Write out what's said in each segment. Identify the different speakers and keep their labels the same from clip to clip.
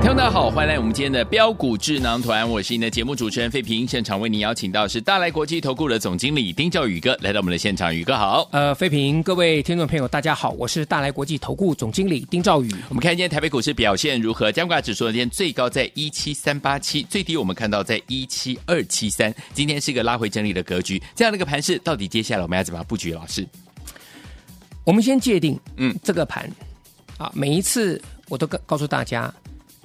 Speaker 1: 听众大家好，欢迎来我们今天的标股智囊团，我是你的节目主持人费平，现场为您邀请到是大来国际投顾的总经理丁兆宇哥来到我们的现场，宇哥好。
Speaker 2: 呃，飞平，各位听众朋友，大家好，我是大来国际投顾总经理丁兆宇。
Speaker 1: 我们看今天台北股市表现如何？加挂指数呢？今天最高在一七三八七，最低我们看到在一七二七三。今天是一个拉回整理的格局，这样的一个盘势，到底接下来我们要怎么样布局？老师，
Speaker 2: 我们先界定，
Speaker 1: 嗯
Speaker 2: 嗯，这个盘啊，每一次我都告告诉大家，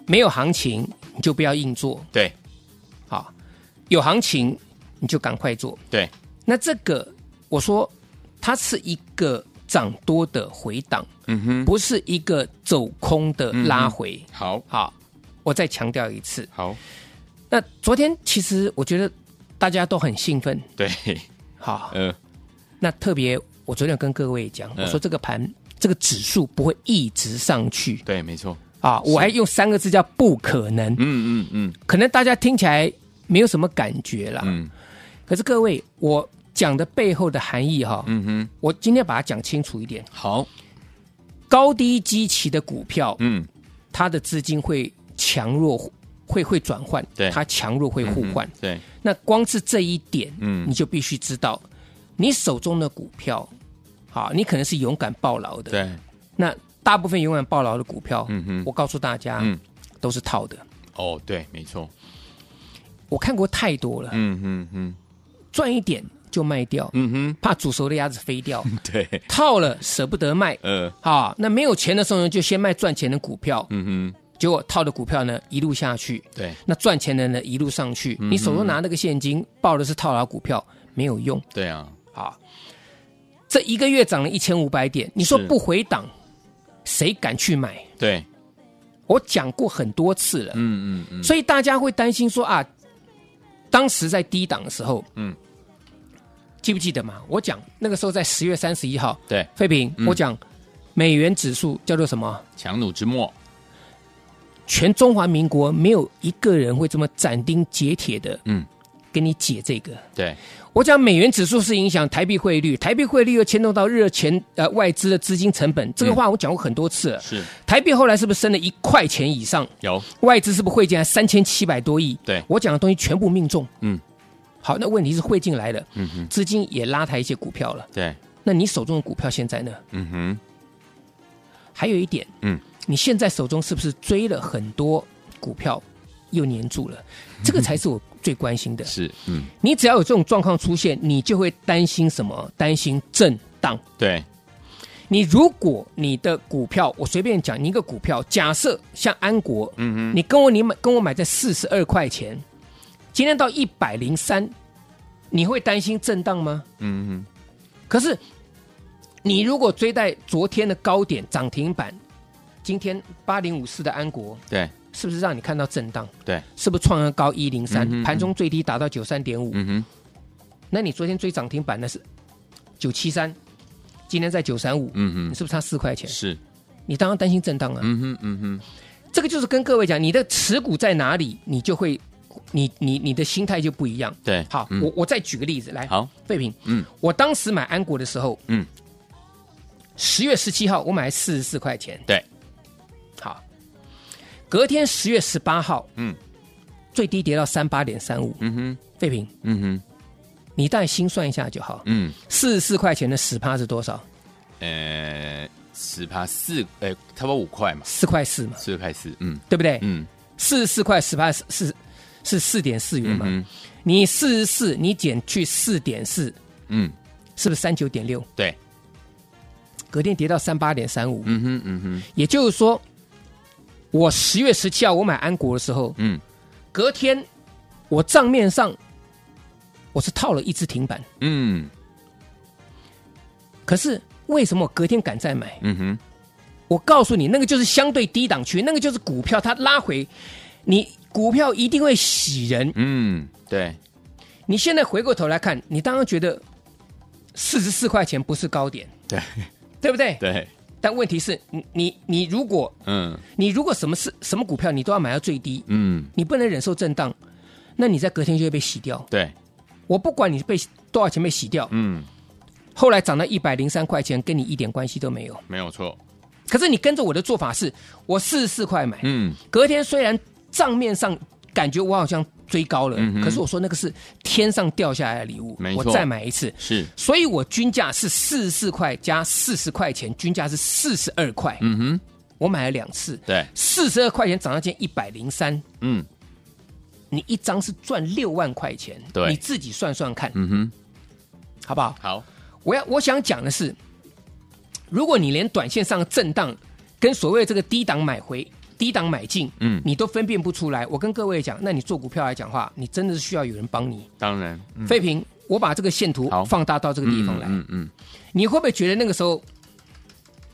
Speaker 2: 没有行情你就不要硬做
Speaker 1: 对
Speaker 2: 啊，有行情你就赶快做。
Speaker 1: 对，
Speaker 2: 那这个我说，它是一个涨多的回档，
Speaker 1: 嗯哼，嗯
Speaker 2: 不是一个走空的拉回。
Speaker 1: 好
Speaker 2: 好，我再强调一次。
Speaker 1: 好，
Speaker 2: 那昨天其实我觉得大家都很兴奋，啊
Speaker 1: 对，
Speaker 2: 好，
Speaker 1: 嗯、
Speaker 2: 那特别，我昨天有跟各位讲，
Speaker 1: 嗯
Speaker 2: 我说这个盘这个指数不会一直上去
Speaker 1: 对，没错，
Speaker 2: 啊，我还用三个字叫不可能。
Speaker 1: 嗯嗯嗯
Speaker 2: 可能大家听起来没有什么感觉啦，
Speaker 1: 嗯
Speaker 2: 可是各位，我讲的背后的含义哈，
Speaker 1: 嗯哼，
Speaker 2: 我今天把它讲清楚一点。
Speaker 1: 好，
Speaker 2: 高低基期的股票，
Speaker 1: 嗯
Speaker 2: 它的资金会强弱。会会转换，
Speaker 1: 对
Speaker 2: 它强弱会互换。
Speaker 1: 嗯对，
Speaker 2: 那光是这一点，
Speaker 1: 嗯
Speaker 2: 你就必须知道，你手中的股票，好，你可能是勇敢抱牢的，
Speaker 1: 对，
Speaker 2: 那大部分永远抱牢的股票，
Speaker 1: 嗯哼
Speaker 2: 我告诉大家，
Speaker 1: 嗯
Speaker 2: 都是套的。
Speaker 1: 哦，对，没错，
Speaker 2: 我看过太多了，
Speaker 1: 嗯哼哼，
Speaker 2: 赚一点就卖掉，
Speaker 1: 嗯哼，
Speaker 2: 怕煮熟的鸭子飞掉，
Speaker 1: 对，
Speaker 2: 套了舍不得卖。
Speaker 1: 呃，
Speaker 2: 啊，那没有钱的时候呢，就先卖赚钱的股票，
Speaker 1: 嗯哼，
Speaker 2: 结果套的股票呢一路下去，
Speaker 1: 对，
Speaker 2: 那赚钱的呢一路上去。
Speaker 1: 嗯
Speaker 2: 你手中拿那个现金，抱的是套牢股票，没有用
Speaker 1: 对啊，
Speaker 2: 啊。这一个月涨了一千五百点，你说
Speaker 1: 是
Speaker 2: 不回档，谁敢去买？
Speaker 1: 对，
Speaker 2: 我讲过很多次了，
Speaker 1: 嗯嗯嗯，
Speaker 2: 所以大家会担心说啊，当时在低档的时候，
Speaker 1: 嗯
Speaker 2: 嗯，记不记得嘛？我讲那个时候在十月三十一号，
Speaker 1: 对，
Speaker 2: 废品，
Speaker 1: 嗯
Speaker 2: 我讲美元指数叫做什么？
Speaker 1: 强弩之末，
Speaker 2: 全中华民国没有一个人会这么斩钉截铁的，
Speaker 1: 嗯
Speaker 2: 嗯，跟你解这个。
Speaker 1: 对，
Speaker 2: 我讲美元指数是影响台币汇率，台币汇率又牵动到日钱呃外资的资金成本，这个话我讲过很多次了。
Speaker 1: 是
Speaker 2: 台币后来是不是升了一块钱以上？
Speaker 1: 有，
Speaker 2: 外资是不是汇进来三千七百多亿？
Speaker 1: 对
Speaker 2: 我讲的东西全部命中。
Speaker 1: 嗯，
Speaker 2: 好，那问题是汇进来了，
Speaker 1: 嗯哼，
Speaker 2: 资金也拉抬一些股票了。
Speaker 1: 对，
Speaker 2: 那你手中的股票现在呢？
Speaker 1: 嗯哼，
Speaker 2: 还有一点，
Speaker 1: 嗯，
Speaker 2: 你现在手中是不是追了很多股票，又黏住了？
Speaker 1: 嗯
Speaker 2: 这个才是我最关心的。
Speaker 1: 是，嗯，
Speaker 2: 你只要有这种状况出现，你就会担心什么？担心震荡。
Speaker 1: 对，
Speaker 2: 你如果你的股票，我随便讲你一个股票，假设像安国，
Speaker 1: 嗯
Speaker 2: 你跟我你买跟我买在四十二块钱，今天到一百零三，你会担心震荡吗？
Speaker 1: 哼，嗯
Speaker 2: 可是你如果追在昨天的高点涨停板，今天八零五四的安国
Speaker 1: 哼，对，
Speaker 2: 是不是让你看到震荡？
Speaker 1: 对，
Speaker 2: 是不是创了高一零
Speaker 1: 嗯哼
Speaker 2: 三，盘中最低达到九三点五？
Speaker 1: 嗯哼，
Speaker 2: 那你昨天追涨停板那是九七三，今天在九三五，
Speaker 1: 嗯
Speaker 2: 你是不是差四块钱
Speaker 1: 哼，？是，
Speaker 2: 你当然担心震荡啊。
Speaker 1: 嗯哼，嗯哼，
Speaker 2: 这个就是跟各位讲，你的持股在哪里，你就会，你你你的心态就不一样。
Speaker 1: 对，
Speaker 2: 好，
Speaker 1: 嗯
Speaker 2: 我我再举个例子来，
Speaker 1: 好，
Speaker 2: 废品，
Speaker 1: 嗯，
Speaker 2: 我当时买安国的时候，
Speaker 1: 嗯，
Speaker 2: 十月十七号我买四十四块钱，
Speaker 1: 对，
Speaker 2: 好，隔天十月十八号，
Speaker 1: 嗯，
Speaker 2: 最低跌到三八点三五，
Speaker 1: 嗯哼，
Speaker 2: 废品，
Speaker 1: 嗯哼，
Speaker 2: 你大概心算一下就好，
Speaker 1: 嗯，
Speaker 2: 四十四块钱的十趴是多少？
Speaker 1: 呃，十趴四，呃，差不多五块嘛，
Speaker 2: 四块四嘛，
Speaker 1: 四块四，嗯
Speaker 2: 对不对？
Speaker 1: 嗯，
Speaker 2: 四十四块十趴是是是四点四元
Speaker 1: 嗯
Speaker 2: 嘛，
Speaker 1: 哼，
Speaker 2: 你四十四你减去四点四，
Speaker 1: 嗯，
Speaker 2: 是不是三九点六？
Speaker 1: 对，
Speaker 2: 隔天跌到三八点三五，
Speaker 1: 嗯哼，嗯哼，
Speaker 2: 也就是说，我十月十七号我买安国的时候，
Speaker 1: 嗯，
Speaker 2: 隔天我账面上我是套了一只停板，
Speaker 1: 嗯
Speaker 2: 可是为什么我隔天敢再买？
Speaker 1: 嗯哼，
Speaker 2: 我告诉你，那个就是相对低档区，那个就是股票它拉回，你股票一定会洗人。
Speaker 1: 嗯，对，
Speaker 2: 你现在回过头来看，你当然觉得四十四块钱不是高点，
Speaker 1: 对
Speaker 2: 对不对？
Speaker 1: 对，
Speaker 2: 但问题是，你你你如果
Speaker 1: 嗯
Speaker 2: 你如果什么事什么股票你都要买到最低，
Speaker 1: 嗯，
Speaker 2: 你不能忍受震荡，那你在隔天就会被洗掉。
Speaker 1: 对，
Speaker 2: 我不管你被多少钱被洗掉，
Speaker 1: 嗯，
Speaker 2: 后来涨到一百零三块钱，跟你一点关系都没有。
Speaker 1: 没有错，
Speaker 2: 可是你跟着我的做法是，我四十四块买，
Speaker 1: 嗯
Speaker 2: 隔天虽然账面上感觉我好像追高了，
Speaker 1: 嗯哼
Speaker 2: 可是我说那个是天上掉下来的礼物
Speaker 1: 没，
Speaker 2: 我
Speaker 1: 错
Speaker 2: 再买一次。
Speaker 1: 是，
Speaker 2: 所以我均价是四十四块加四十块钱，均价是四十二块。
Speaker 1: 嗯哼，
Speaker 2: 我买了两次，
Speaker 1: 对，
Speaker 2: 四十二块钱涨到今天一百零三，
Speaker 1: 嗯
Speaker 2: 你一张是赚六万块钱，
Speaker 1: 对
Speaker 2: 你自己算算看，
Speaker 1: 嗯哼，
Speaker 2: 好不好？
Speaker 1: 好，
Speaker 2: 我要我想讲的是，如果你连短线上的震荡跟所谓这个低档买回、低档买进，
Speaker 1: 嗯
Speaker 2: 你都分辨不出来，我跟各位讲，那你做股票来讲话，你真的是需要有人帮你。
Speaker 1: 当然，嗯
Speaker 2: 废品，我把这个线图
Speaker 1: 好
Speaker 2: 放大到这个地方来，
Speaker 1: 嗯嗯，
Speaker 2: 你会不会觉得那个时候，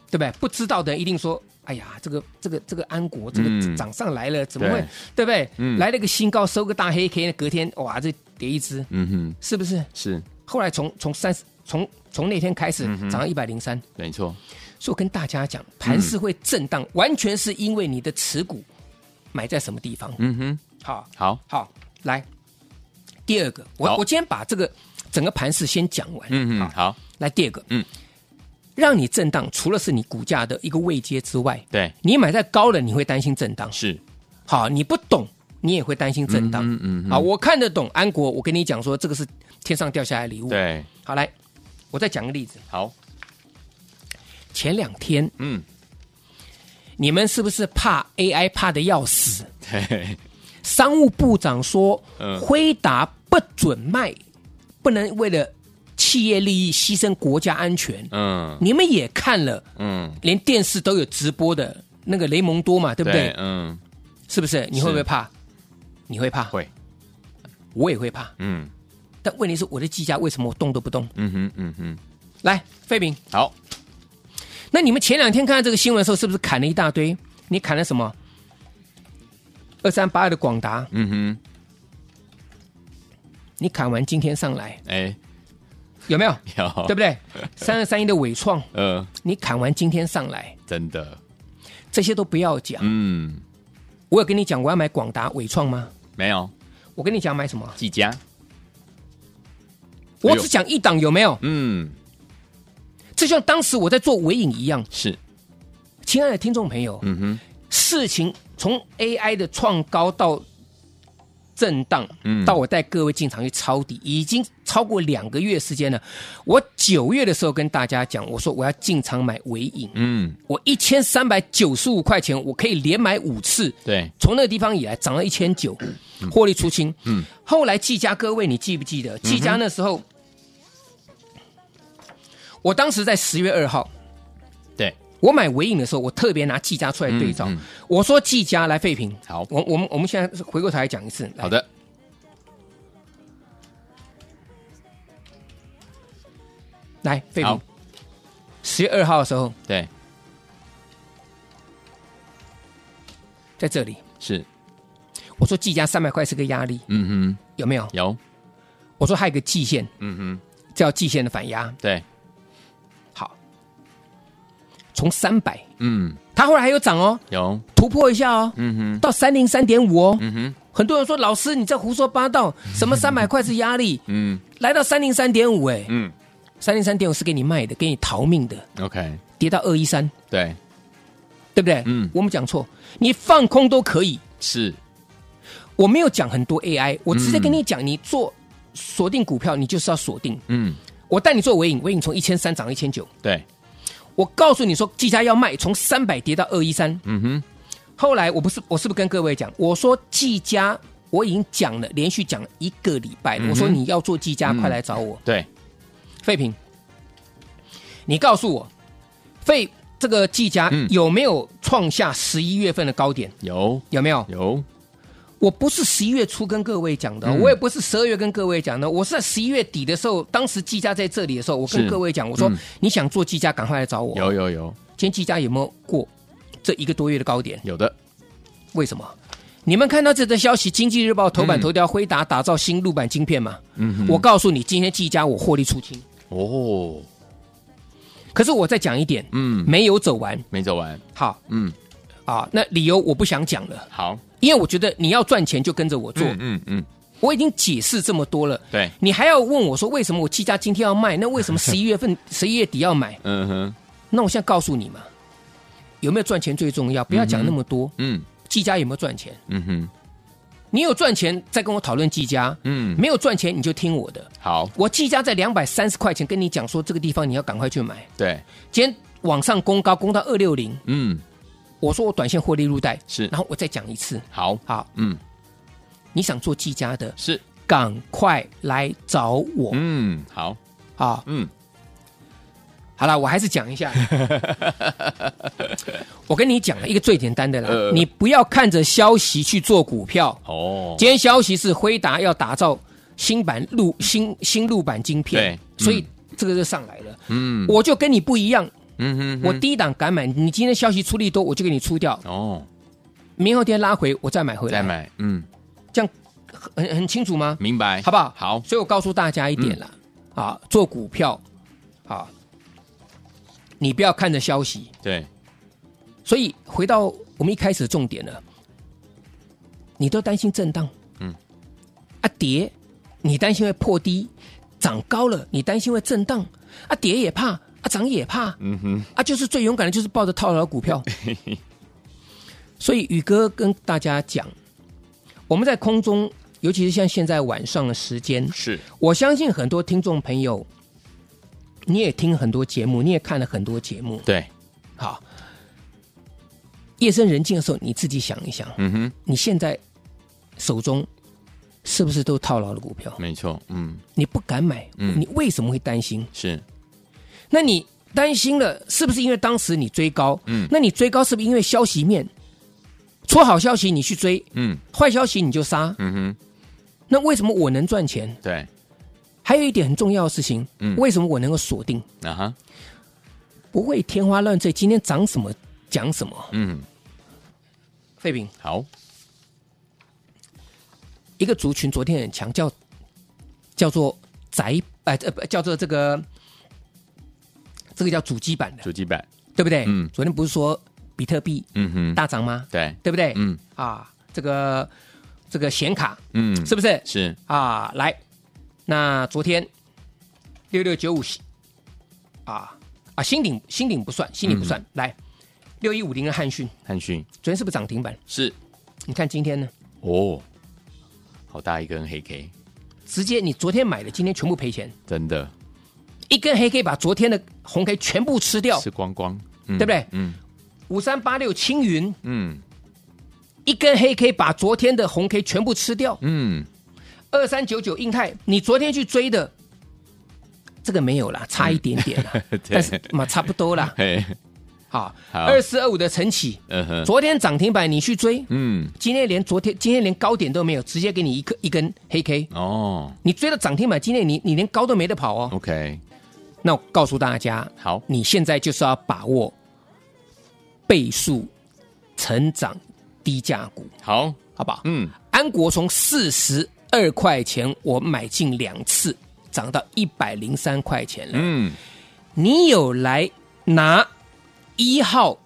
Speaker 2: 对不对？不知道的人一定说。哎呀，这个这个这个安国这
Speaker 1: 嗯
Speaker 2: 个涨上来了，怎么会
Speaker 1: 对
Speaker 2: 对不对？
Speaker 1: 嗯
Speaker 2: 来了个新高，收个大黑 K，隔天哇，这跌一只，
Speaker 1: 嗯哼，
Speaker 2: 是不是？
Speaker 1: 是，
Speaker 2: 后来从从三十从从那天开始
Speaker 1: 嗯
Speaker 2: 涨到一百零三，
Speaker 1: 没错，
Speaker 2: 所以我跟大家讲，盘势会震荡，完全是因为你的持股买在什么地方。
Speaker 1: 嗯哼，
Speaker 2: 好，
Speaker 1: 好，
Speaker 2: 好，来第二个，我
Speaker 1: 好
Speaker 2: 我今天把这个整个盘势先讲完。
Speaker 1: 嗯哼，
Speaker 2: 好，
Speaker 1: 好，
Speaker 2: 来第二个，
Speaker 1: 嗯，
Speaker 2: 让你震荡，除了是你股价的一个位阶之外，
Speaker 1: 对，
Speaker 2: 你买在高了，你会担心震荡。
Speaker 1: 是，
Speaker 2: 好，你不懂，你也会担心震荡。
Speaker 1: 嗯嗯嗯
Speaker 2: 啊，我看得懂安国，我跟你讲说，这个是天上掉下来的礼物。，
Speaker 1: 对，
Speaker 2: 好，来，我再讲个例子，
Speaker 1: 好，
Speaker 2: 前两天。
Speaker 1: 嗯，
Speaker 2: 你们是不是怕 AI 怕的要死？
Speaker 1: 对，
Speaker 2: 商务部长说
Speaker 1: 嗯，
Speaker 2: 辉达不准卖，不能为了企业利益牺牲国家安全。
Speaker 1: 嗯
Speaker 2: 你们也看了，
Speaker 1: 嗯，
Speaker 2: 连电视都有直播的那个雷蒙多嘛，对不对？
Speaker 1: 嗯，
Speaker 2: 是不是？你会不会怕？你会怕，
Speaker 1: 会，
Speaker 2: 我也会怕。
Speaker 1: 嗯
Speaker 2: 但问题是，我的计价为什么我动都不动？
Speaker 1: 嗯哼嗯哼，
Speaker 2: 来，费饼，
Speaker 1: 好，
Speaker 2: 那你们前两天看到这个新闻的时候，是不是砍了一大堆？你砍了什么？二三八二的广达，
Speaker 1: 嗯哼，
Speaker 2: 你砍完今天上来
Speaker 1: 哎，
Speaker 2: 有没有？
Speaker 1: 有，
Speaker 2: 对不 对？三二三一的伟创，
Speaker 1: 呃，
Speaker 2: 你砍完今天上来，
Speaker 1: 真的，
Speaker 2: 这些都不要讲。
Speaker 1: 嗯，
Speaker 2: 我有跟你讲我要买广达、伟创吗？
Speaker 1: 没有，
Speaker 2: 我跟你讲买什么？
Speaker 1: 几家，
Speaker 2: 我只讲一档有没有？
Speaker 1: 嗯，
Speaker 2: 这就像当时我在做尾影一样。
Speaker 1: 是，
Speaker 2: 亲爱的听众朋友，
Speaker 1: 嗯哼，
Speaker 2: 事情从 AI 的创高到震荡，
Speaker 1: 嗯
Speaker 2: 到我带各位进场去抄底，已经超过两个月时间了。我九月的时候跟大家讲，我说我要进场买尾影，
Speaker 1: 嗯，
Speaker 2: 我一千三百九十五块钱，我可以连买五次。
Speaker 1: 对，
Speaker 2: 从那个地方以来涨到一千九，获利出清。
Speaker 1: 嗯
Speaker 2: 嗯，后来季家，各位你记不记得？季家那时候，我当时在十月二号，
Speaker 1: 对，
Speaker 2: 我买尾影的时候，我特别拿季家出来对照。
Speaker 1: 嗯嗯
Speaker 2: 我说季家来废品，
Speaker 1: 好
Speaker 2: 我我们我们现在回过头来讲一次。来
Speaker 1: 好，的，
Speaker 2: 来废
Speaker 1: 好
Speaker 2: 品，十月二号的时候
Speaker 1: 对，
Speaker 2: 在这里，
Speaker 1: 是，
Speaker 2: 我说季家三百块是个压力，
Speaker 1: 嗯哼，
Speaker 2: 有没有？
Speaker 1: 有，
Speaker 2: 我说还有一个季线，
Speaker 1: 嗯哼，
Speaker 2: 叫季线的反压。
Speaker 1: 对，
Speaker 2: 好，从三百，
Speaker 1: 嗯，
Speaker 2: 它后来还有涨哦，
Speaker 1: 有，
Speaker 2: 突破一下哦。
Speaker 1: 嗯哼，
Speaker 2: 到三零三点五哦，
Speaker 1: 嗯哼，
Speaker 2: 很多人说老师你在胡说八道，什么三百块是压力，
Speaker 1: 嗯
Speaker 2: 来到三零三点五，哎，
Speaker 1: 嗯
Speaker 2: 三零三点五是给你卖的，给你逃命的，
Speaker 1: ，OK，
Speaker 2: 跌到二一三，
Speaker 1: 对，
Speaker 2: 对不对？
Speaker 1: 嗯
Speaker 2: 我们讲错，你放空都可以，
Speaker 1: 是，
Speaker 2: 我没有讲很多 AI，我直接
Speaker 1: 嗯
Speaker 2: 跟你讲，你做锁定股票，你就是要锁定。
Speaker 1: 嗯，
Speaker 2: 我带你做尾影，尾影从一千三涨一千九，
Speaker 1: 对，
Speaker 2: 我告诉你说，技嘉要卖，从三百跌到二一三，
Speaker 1: 嗯哼，
Speaker 2: 后来我不是我是不是跟各位讲，我说技嘉我已经讲了，连续讲一个礼拜
Speaker 1: 嗯
Speaker 2: 了，
Speaker 1: 哼
Speaker 2: 我说你要做技嘉，
Speaker 1: 嗯
Speaker 2: 快来找我。
Speaker 1: 对，
Speaker 2: 废品，你告诉我，废这个技嘉
Speaker 1: 嗯
Speaker 2: 有没有创下十一月份的高点？
Speaker 1: 有，
Speaker 2: 有没有？
Speaker 1: 有，
Speaker 2: 我不是十一月初跟各位讲的哦，
Speaker 1: 嗯
Speaker 2: 我也不是十二月跟各位讲的，我是在十一月底的时候，当时技嘉在这里的时候，我跟
Speaker 1: 是
Speaker 2: 各位讲，我说、
Speaker 1: 嗯
Speaker 2: 你想做技嘉，赶快来找我。
Speaker 1: 有有有
Speaker 2: 今天技嘉有没有过这一个多月的高点？
Speaker 1: 有的，
Speaker 2: 为什么？你们看到这则消息，《经济日报》头版
Speaker 1: 嗯
Speaker 2: 头条，辉达打造新陆版晶片嘛？
Speaker 1: 嗯哼
Speaker 2: 我告诉你，今天技嘉我获利出清。
Speaker 1: 哦，
Speaker 2: 可是我再讲一点，
Speaker 1: 嗯，
Speaker 2: 没有走完。
Speaker 1: 没走完，
Speaker 2: 好
Speaker 1: 嗯，
Speaker 2: 啊，那理由我不想讲了，
Speaker 1: 好，
Speaker 2: 因为我觉得你要赚钱就跟着我做，
Speaker 1: 嗯嗯嗯，
Speaker 2: 我已经解释这么多了。
Speaker 1: 对，
Speaker 2: 你还要问我说为什么我技嘉今天要卖？那为 什么十一月份、十一月底要买？
Speaker 1: 嗯哼，
Speaker 2: 那我现在告诉你嘛，有没有赚钱最重要，不要讲那么多。
Speaker 1: 嗯
Speaker 2: 技嘉有没有赚钱？
Speaker 1: 嗯哼，
Speaker 2: 你有赚钱再跟我讨论技嘉，
Speaker 1: 嗯，
Speaker 2: 没有赚钱你就听我的。
Speaker 1: 好，
Speaker 2: 我技嘉在两百三十块钱跟你讲说这个地方你要赶快去买，
Speaker 1: 对，
Speaker 2: 今天往上攻高攻到二六零，
Speaker 1: 嗯，
Speaker 2: 我说我短线获利入袋，
Speaker 1: 是
Speaker 2: 然后我再讲一次，
Speaker 1: 好，
Speaker 2: 好，
Speaker 1: 嗯，
Speaker 2: 你想做技嘉的，
Speaker 1: 是，
Speaker 2: 赶快来找我
Speaker 1: 嗯，好，
Speaker 2: 啊！
Speaker 1: 嗯，
Speaker 2: 好了，我还是讲一 下，我跟你讲了一个最简单的啦，
Speaker 1: 呃
Speaker 2: 你不要看着消息去做股票。
Speaker 1: 哦，
Speaker 2: 今天消息是辉达要打造新版路新新路版晶片，
Speaker 1: 对
Speaker 2: 所以这个就上来了。
Speaker 1: 嗯，
Speaker 2: 我就跟你不一样，
Speaker 1: 嗯哼，
Speaker 2: 我低档敢买，你今天消息出利多，我就给你出掉，
Speaker 1: 哦，
Speaker 2: 明后天拉回我再买回来，
Speaker 1: 再买，嗯，
Speaker 2: 这样很很清楚吗？
Speaker 1: 明白，
Speaker 2: 好不好？
Speaker 1: 哎好，嗯
Speaker 2: 所以我告诉大家一点啦，啊，做股票啊，你不要看着消息。
Speaker 1: 对，
Speaker 2: 所以回到我们一开始的重点了，你都担心震荡，
Speaker 1: 嗯，
Speaker 2: 啊跌，你担心会破低；涨高了，你担心会震荡，啊跌也怕，啊涨也怕，
Speaker 1: 嗯哼，
Speaker 2: 啊，就是最勇敢的，就是抱着套牢股票。所以宇哥跟大家讲，我们在空中，尤其是像现在晚上的时间，
Speaker 1: 是，
Speaker 2: 我相信很多听众朋友，你也听很多节目，你也看了很多节目。
Speaker 1: 对，
Speaker 2: 好，夜深人静的时候，你自己想一想，
Speaker 1: 嗯哼，
Speaker 2: 你现在手中是不是都套牢了股票？
Speaker 1: 没错，嗯，
Speaker 2: 你不敢买，
Speaker 1: 嗯
Speaker 2: 你为什么会担心？
Speaker 1: 是，
Speaker 2: 那你担心了，是不是因为当时你追高？
Speaker 1: 嗯
Speaker 2: 那你追高是不是因为消息面？出好消息你去追，
Speaker 1: 嗯
Speaker 2: 坏消息你就杀。
Speaker 1: 嗯哼，
Speaker 2: 那为什么我能赚钱？
Speaker 1: 对，
Speaker 2: 还有一点很重要的事情，
Speaker 1: 嗯
Speaker 2: 为什么我能够锁定？
Speaker 1: 啊哈，
Speaker 2: 不会天花乱坠，今天涨什么讲什么。
Speaker 1: 嗯，
Speaker 2: 废品，
Speaker 1: 好，
Speaker 2: 一个族群昨天很强，叫叫做宅呃呃不叫做这个这个叫主机版的，
Speaker 1: 主机板，
Speaker 2: 对不对？
Speaker 1: 嗯
Speaker 2: 昨天不是说比特币
Speaker 1: 嗯哼，
Speaker 2: 大涨吗？
Speaker 1: 对，
Speaker 2: 对不对？
Speaker 1: 嗯
Speaker 2: 啊，这个这个显卡
Speaker 1: 嗯，
Speaker 2: 是不是
Speaker 1: 是，
Speaker 2: 啊？来，那昨天六六九五啊啊新鼎新鼎不算，新鼎不
Speaker 1: 嗯
Speaker 2: 算。来，六一五零的汉讯，
Speaker 1: 汉逊
Speaker 2: 昨天是不是涨停板？
Speaker 1: 是，
Speaker 2: 你看今天呢，
Speaker 1: 哦，好大一根黑 K，
Speaker 2: 直接你昨天买的，今天全部赔钱，
Speaker 1: 真的
Speaker 2: 一根黑 K 把昨天的红 K 全部吃掉
Speaker 1: 是。光光，对
Speaker 2: 对不对
Speaker 1: 嗯
Speaker 2: 五三八六青云
Speaker 1: 嗯
Speaker 2: 一根黑 K 把昨天的红 K 全部吃掉。
Speaker 1: 嗯，
Speaker 2: 二三九九印泰，你昨天去追的，这个没有啦，差一点点啦，
Speaker 1: 嗯 对
Speaker 2: 但是嘛差不多啦。
Speaker 1: 嘿，
Speaker 2: 好，
Speaker 1: 好
Speaker 2: 二四二五的晨起，
Speaker 1: 嗯哼，
Speaker 2: 昨天涨停板你去追，
Speaker 1: 嗯，
Speaker 2: 今天连昨天今天连高点都没有，直接给你一个一根黑 K，
Speaker 1: 哦
Speaker 2: 你追了涨停板，今天你你连高都没得跑哦。
Speaker 1: ，OK，
Speaker 2: 那我告诉大家，
Speaker 1: 好，
Speaker 2: 你现在就是要把握倍数成长低价股，
Speaker 1: 好，
Speaker 2: 好不好？
Speaker 1: 嗯，
Speaker 2: 安国从四十二块钱我买进两次，涨到一百零三块钱了。
Speaker 1: 嗯，
Speaker 2: 你有来拿一号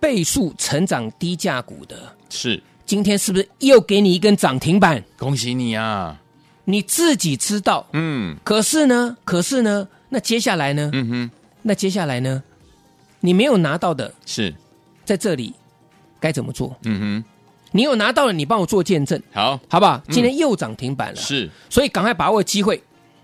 Speaker 2: 倍数成长低价股的，
Speaker 1: 是，
Speaker 2: 今天是不是又给你一根涨停板？
Speaker 1: 恭喜你啊，
Speaker 2: 你自己知道。
Speaker 1: 嗯
Speaker 2: 可是呢，可是呢，那接下来呢？
Speaker 1: 嗯哼，
Speaker 2: 那接下来呢？你没有拿到的，
Speaker 1: 是，
Speaker 2: 在这里该怎么做？
Speaker 1: 嗯
Speaker 2: 你有拿到了，你帮我做见证，
Speaker 1: 哼，好。
Speaker 2: 好不好？今天又涨停板了，
Speaker 1: 嗯是，
Speaker 2: 所以赶快把握机会。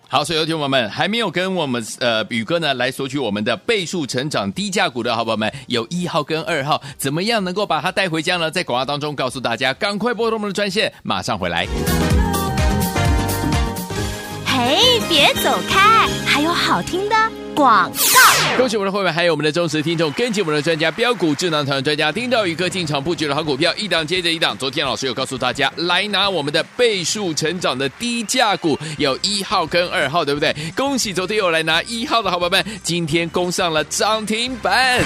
Speaker 1: 好，所以有听友们还没有跟我们呃宇哥呢来索取我们的倍数成长低价股的好朋友们，有一号跟呃二号，怎么样能够把它带回家呢？在广告当中告诉大家，赶快拨通我们的专线，马上回来。
Speaker 3: 嘿，别走开，还有好听的广告。
Speaker 1: 恭喜我们的会员，还有我们的忠实听众，跟紧我们的专家标股智囊团专家丁兆宇哥进场布局的好股票，一档接着一档。昨天老师有告诉大家，来拿我们的倍数成长的低价股，有一号跟二号，对不对？恭喜昨天有来拿一号的好伙伴们，今天攻上了涨停板。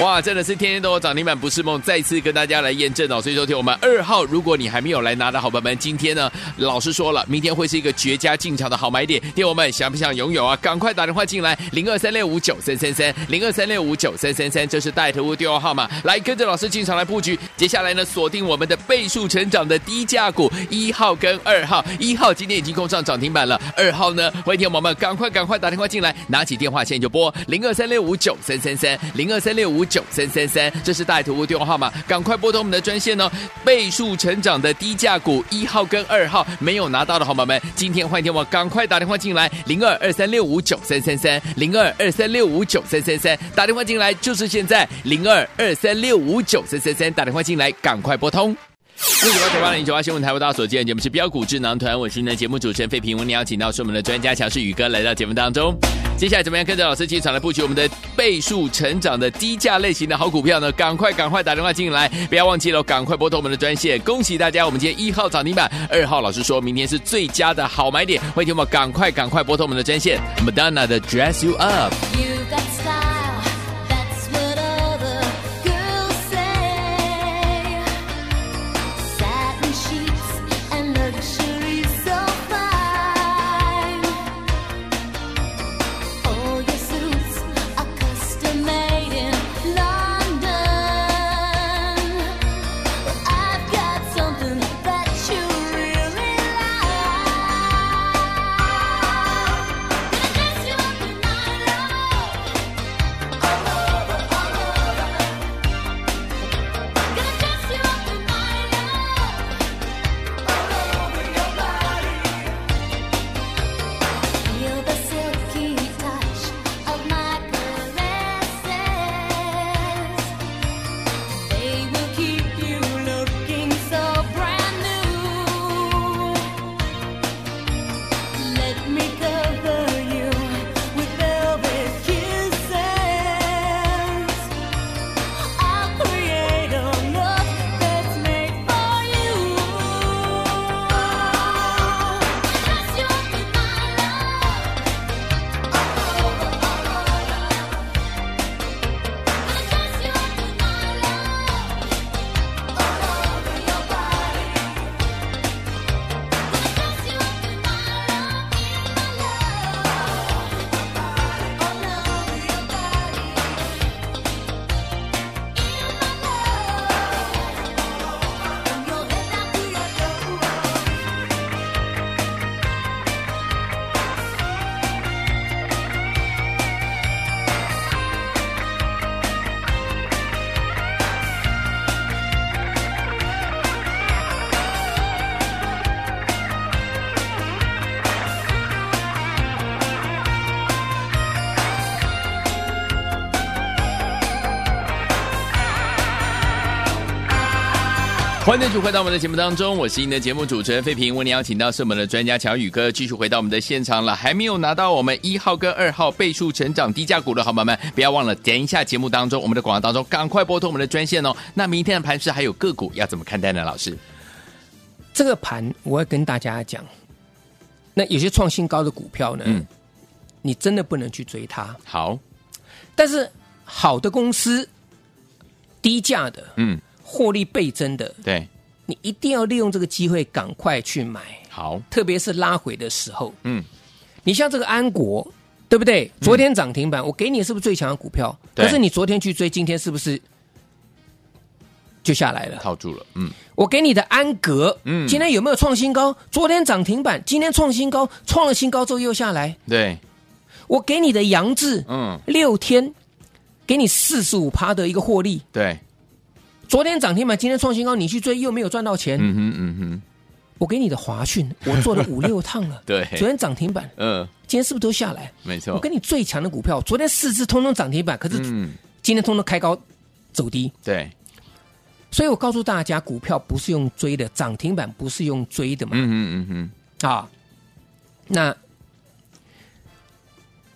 Speaker 1: 哇，真的是天天都有涨停板不是梦，再次跟大家来验证哦。所以昨天我们二号，如果你还没有来拿的好朋友们，今天呢，老师说了，明天会是一个绝佳进场的好买点，听友们想不想拥有啊？赶快打电话进来，零二三六五九三三三，零二三六五九三三三，这是带头屋电话号码，来跟着老师进场来布局。接下来呢，锁定我们的倍数成长的低价股一号跟二号，一号今天已经攻上涨停板了，二号呢，欢迎听友们赶快赶快打电话进来，拿起电话线就拨零二三六五九三三三，零二三六五九三三三，这是大图的电话号码，赶快拨通我们的专线哦。倍数成长的低价股一号跟二号没有拿到的好朋友们，今天换天网赶快打电话进来，零二二三六五九三三三，零二二三六五九三三三，打电话进来就是现在，零二二三六五九三三三，打电话进来，赶快拨通。六九八九八零九八新闻台为大家所见，节目是标股智囊团，我是你的节目主持人费平，我们邀请到是我们的专家强势宇哥来到节目当中。接下来怎么样跟着老师进场来布局我们的倍数成长的低价类型的好股票呢？赶快赶快打电话进来，不要忘记了，赶快拨通我们的专线。恭喜大家，我们今天一号涨停板，二号老师说明天是最佳的好买点，欢迎我们赶快赶快拨通我们的专线。Madonna 的 Dress You Up。
Speaker 3: You got style, that's what other girls say. Satin sheets and luxury so fine. All your suits are custom made in London. I've got something that you really like. Gonna dress you up tonight, oh. Gonna dress you up tonight, oh. All over your body. Feel the silky touch of my caresses. They will keep you looking so brand new. Let me cover you with velvet kisses. I'll create a look that's made for you. Dress you up in my love. Dress you up in my love.
Speaker 1: Yes 欢迎继续回到我们的节目当中，我是您的节目主持人费平。为您邀请到是我们的专家乔宇哥，继续回到我们的现场了。还没有拿到我们一号跟二号倍数成长低价股的好朋友们，不要忘了点一下节目当中我们的广告当中，赶快拨通我们的专线哦。那明天的盘市还有个股要怎么看待呢？老师，
Speaker 2: 这个盘我要跟大家讲，那有些创新高的股票呢，
Speaker 1: 嗯
Speaker 2: 你真的不能去追它。
Speaker 1: 好，
Speaker 2: 但是好的公司，低价的，
Speaker 1: 嗯，
Speaker 2: 获利倍增的，
Speaker 1: 对，
Speaker 2: 你一定要利用这个机会赶快去买，
Speaker 1: 好，
Speaker 2: 特别是拉回的时候。
Speaker 1: 嗯，
Speaker 2: 你像这个安国，对不对？昨天涨停板，我给你是不是最强的股票？
Speaker 1: 对
Speaker 2: 可是你昨天去追，今天是不是就下来了？
Speaker 1: 套住了，嗯，
Speaker 2: 我给你的安格，
Speaker 1: 嗯
Speaker 2: 今天有没有创新高？昨天涨停板，今天创新高，创了新高之后又下来。
Speaker 1: 对，
Speaker 2: 我给你的杨志，
Speaker 1: 嗯，
Speaker 2: 六天给你四十五趴的一个获利，
Speaker 1: 对，
Speaker 2: 昨天涨停板，今天创新高，你去追又没有赚到钱。
Speaker 1: 嗯哼，嗯哼，
Speaker 2: 我给你的华讯，我做了五六趟了，
Speaker 1: 对
Speaker 2: 昨天涨停板，
Speaker 1: 嗯、
Speaker 2: 今天是不是都下来？
Speaker 1: 没错，
Speaker 2: 我跟你最强的股票，昨天四只通通涨停板，可是
Speaker 1: 嗯，
Speaker 2: 今天通通开高走低。
Speaker 1: 对，
Speaker 2: 所以我告诉大家，股票不是用追的，涨停板不是用追的嘛。
Speaker 1: 嗯哼，嗯哼，
Speaker 2: 啊，那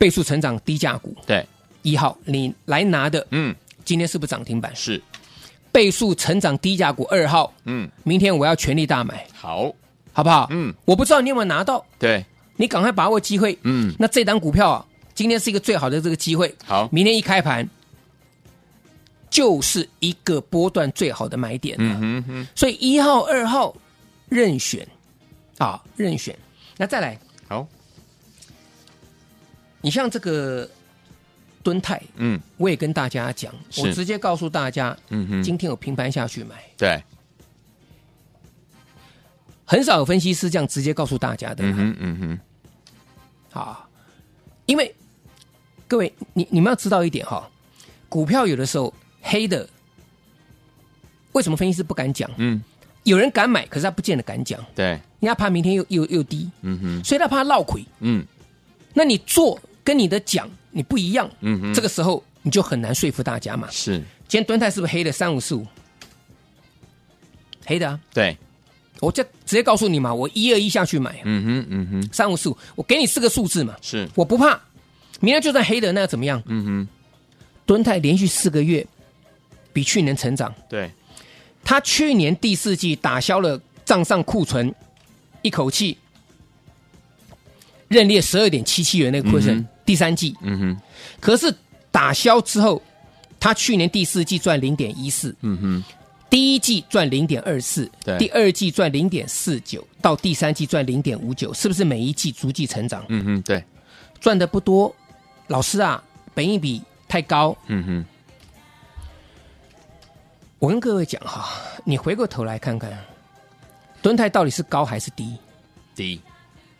Speaker 2: 倍数成长低价股
Speaker 1: 对，
Speaker 2: 一号你来拿的，
Speaker 1: 嗯，
Speaker 2: 今天是不是涨停板？
Speaker 1: 是，
Speaker 2: 倍数成长低价股二号，
Speaker 1: 嗯，
Speaker 2: 明天我要全力大买，
Speaker 1: 好，
Speaker 2: 好不好？
Speaker 1: 嗯，
Speaker 2: 我不知道你有没有拿到，
Speaker 1: 对，
Speaker 2: 你赶快把握机会。
Speaker 1: 嗯
Speaker 2: 那这档股票啊，今天是一个最好的这个机会。
Speaker 1: 好
Speaker 2: 明天一开盘就是一个波段最好的买点。啊
Speaker 1: 嗯哼哼，
Speaker 2: 所以一号、二号任选啊，任选。那再来，
Speaker 1: 好，
Speaker 2: 你像这个敦泰，
Speaker 1: 嗯
Speaker 2: 我也跟大家讲，
Speaker 1: 是
Speaker 2: 我直接告诉大家，
Speaker 1: 嗯哼，
Speaker 2: 今天我平盘下去买，
Speaker 1: 对，
Speaker 2: 很少有分析师这样直接告诉大家的
Speaker 1: 嗯哼嗯哼，
Speaker 2: 啊，因为各位，你你们要知道一点哈，股票有的时候黑的，为什么分析师不敢讲？
Speaker 1: 嗯
Speaker 2: 有人敢买，可是他不见得敢讲，
Speaker 1: 对，
Speaker 2: 人家怕明天又又又低，
Speaker 1: 嗯哼
Speaker 2: 所以他怕落亏。
Speaker 1: 嗯
Speaker 2: 那你做跟你的讲你不一样，
Speaker 1: 嗯哼，
Speaker 2: 这个时候你就很难说服大家嘛。
Speaker 1: 是
Speaker 2: 今天蹲泰是不是黑的三五四五？黑的、啊，
Speaker 1: 对，
Speaker 2: 我这直接告诉你嘛，我一二一下去买啊
Speaker 1: 嗯哼嗯哼，
Speaker 2: 三五四五，我给你四个数字嘛，
Speaker 1: 是，
Speaker 2: 我不怕。明天就算黑的，那又怎么样？
Speaker 1: 嗯
Speaker 2: 蹲泰连续四个月比去年成长
Speaker 1: 哼，，对，
Speaker 2: 它去年第四季打消了账上库存，一口气认列十二点七七元那个亏损，
Speaker 1: 嗯
Speaker 2: 第三季
Speaker 1: 嗯哼
Speaker 2: 可是打消之后，他去年第四季赚零点一四，
Speaker 1: 嗯哼，
Speaker 2: 第一季赚零点二四
Speaker 1: 对，
Speaker 2: 第二季赚零点四九，到第三季赚零点五九，是不是每一季逐季成长？
Speaker 1: 嗯哼，对，
Speaker 2: 赚的不多，老师啊，本益比太高。
Speaker 1: 嗯哼，
Speaker 2: 我跟各位讲哈，你回过头来看看，蹲泰到底是高还是低？
Speaker 1: 低，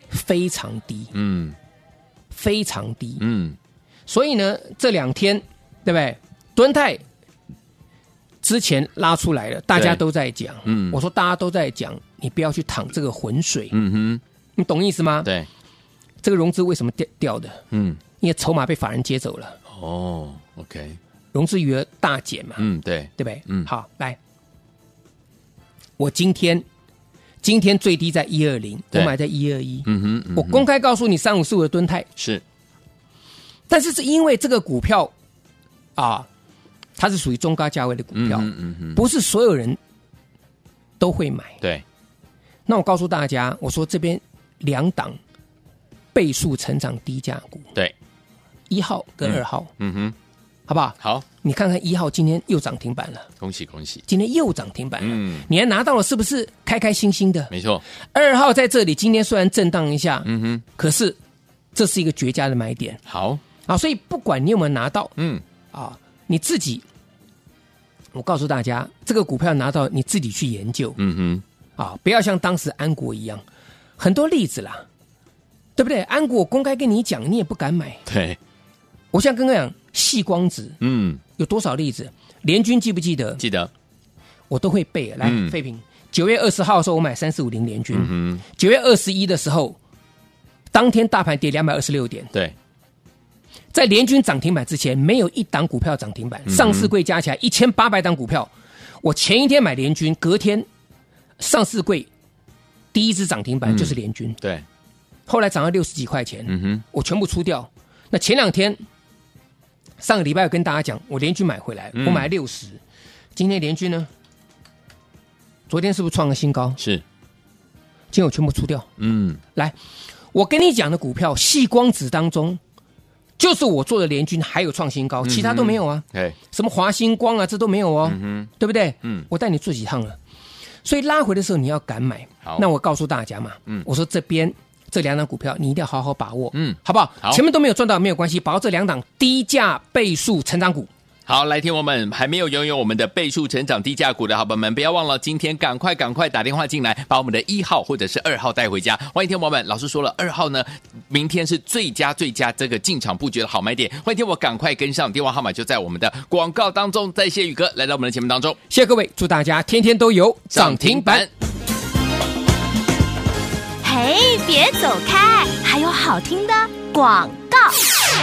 Speaker 2: 非常低，
Speaker 1: 嗯
Speaker 2: 非常低。
Speaker 1: 嗯
Speaker 2: 所以呢，这两天对不对？敦泰之前拉出来了，大家都在讲，
Speaker 1: 嗯
Speaker 2: 我说大家都在讲，你不要去淌这个浑水，
Speaker 1: 嗯
Speaker 2: 你懂意思吗
Speaker 1: 哼，？对，
Speaker 2: 这个融资为什么掉掉的？
Speaker 1: 嗯，
Speaker 2: 因为筹码被法人接走了，
Speaker 1: 哦，OK，
Speaker 2: 融资余额大减嘛，
Speaker 1: 嗯，对，
Speaker 2: 对不对？
Speaker 1: 嗯
Speaker 2: 好，来，我今天今天最低在一二零，我
Speaker 1: 对
Speaker 2: 买在一二一，
Speaker 1: 嗯哼，嗯哼
Speaker 2: 我公开告诉你三五四五的敦泰，
Speaker 1: 是，
Speaker 2: 但是是因为这个股票啊，它是属于中高价位的股
Speaker 1: 嗯
Speaker 2: 票，
Speaker 1: 哼嗯哼，
Speaker 2: 不是所有人都会买。
Speaker 1: 对，
Speaker 2: 那我告诉大家，我说这边两档倍数成长低价股，
Speaker 1: 对，
Speaker 2: 一号跟
Speaker 1: 嗯
Speaker 2: 二号，
Speaker 1: 嗯哼，
Speaker 2: 好不好？
Speaker 1: 好，
Speaker 2: 你看看一号今天又涨停板了，
Speaker 1: 恭喜恭喜，
Speaker 2: 今天又涨停板了，
Speaker 1: 嗯
Speaker 2: 你还拿到了，是不是开开心心的？
Speaker 1: 没错，
Speaker 2: 二号在这里今天虽然震荡一下，
Speaker 1: 嗯哼，
Speaker 2: 可是这是一个绝佳的买点
Speaker 1: 好，
Speaker 2: 啊！所以不管你有没有拿到
Speaker 1: 嗯，
Speaker 2: 啊，你自己，我告诉大家，这个股票拿到你自己去研究，
Speaker 1: 嗯哼，
Speaker 2: 啊，不要像当时安国一样，很多例子啦，对不对？安国我公开跟你讲，你也不敢买。
Speaker 1: 对，
Speaker 2: 我现在跟你讲，细光子
Speaker 1: 嗯，
Speaker 2: 有多少例子？联军记不记得？
Speaker 1: 记得，
Speaker 2: 我都会背。来，
Speaker 1: 嗯
Speaker 2: 废品。九月二十号的时候，我买三四五零联军；
Speaker 1: 嗯哼，
Speaker 2: 九、月二十一的时候，当天大盘跌两百二十六点，
Speaker 1: 对，
Speaker 2: 在联军涨停板之前，没有一档股票涨停板。
Speaker 1: 嗯
Speaker 2: 上市柜加起来一千八百档股票，我前一天买联军，隔天上市柜第一只涨停板就是联军。
Speaker 1: 对，
Speaker 2: 后来涨到六十几块钱，
Speaker 1: 嗯哼，
Speaker 2: 我全部出掉。那前两天，上个礼拜我跟大家讲，我连续买回来，
Speaker 1: 嗯
Speaker 2: 我买六十、今天连续呢，昨天是不是创了新高？
Speaker 1: 是，
Speaker 2: 今天我全部出掉。
Speaker 1: 嗯，
Speaker 2: 来，我跟你讲的股票，细光子当中，就是我做的联军还有创新
Speaker 1: 嗯
Speaker 2: 高，其他都没有啊，
Speaker 1: 对，
Speaker 2: 什么华星光啊，这都没有哦，
Speaker 1: 嗯
Speaker 2: 对不对？
Speaker 1: 嗯
Speaker 2: 我带你做几趟了，所以拉回的时候你要敢买
Speaker 1: 好。
Speaker 2: 那我告诉大家嘛，
Speaker 1: 嗯
Speaker 2: 我说这边这两档股票你一定要好好把握，
Speaker 1: 嗯
Speaker 2: 好不好？
Speaker 1: 好
Speaker 2: 前面都没有赚到没有关系，把握这两档低价倍数成长股。
Speaker 1: 好，来，听我们还没有拥有我们的倍数成长低价股的好朋友们，不要忘了今天赶快赶快打电话进来，把我们的一号或者是二号带回家。欢迎听我们，老师说了，二号呢，明天是最佳最佳这个进场布局的好买点。欢迎听我赶快跟上，电话号码就在我们的广告当中。再谢宇哥来到我们的节目当中，
Speaker 2: 谢谢各位，祝大家天天都有涨停板。。
Speaker 4: 嘿，别走开，还有好听的广告。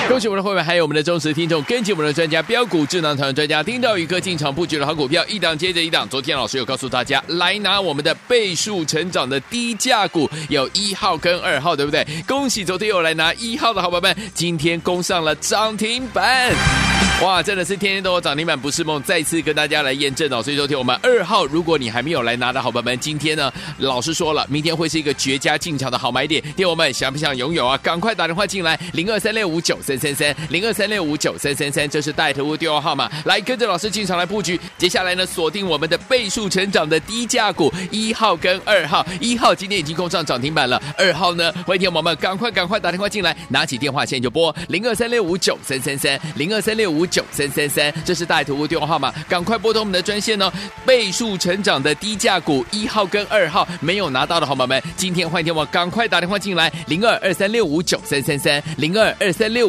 Speaker 1: 恭喜我们的会员，还有我们的忠实听众，跟紧我们的专家标股智囊团专家丁兆宇哥进场布局的好股票，一档接着一档。昨天老师有告诉大家，来拿我们的倍数成长的低价股，有一号跟二号，对不 对？恭喜昨天有来拿一号的好朋友们，今天攻上了涨停板。哇，真的是天天都有涨停板不是梦，再次跟大家来验证哦。所以昨天我们二号，如果你还没有来拿的好朋友们，今天呢，老师说了，明天会是一个绝佳进场的好买点，店友们想不想拥有啊？赶快打电话进来，零二三六五九三三三，零二三六五九三三三，这是带头屋电话号码，来跟着老师进场来布局。接下来呢，锁定我们的倍数成长的低价股一号跟二号，一号今天已经攻上涨停板了，二号呢，欢迎听友们赶快赶快打电话进来，拿起电话线就拨零二三六五九三三三，零二三六五九三三三，这是带头屋电话号码，赶快拨通我们的专线哦。倍数成长的低价股一号跟二号没有拿到的好朋友们，今天欢迎听我赶快打电话进来，零二二三六五九三三三，零二二三六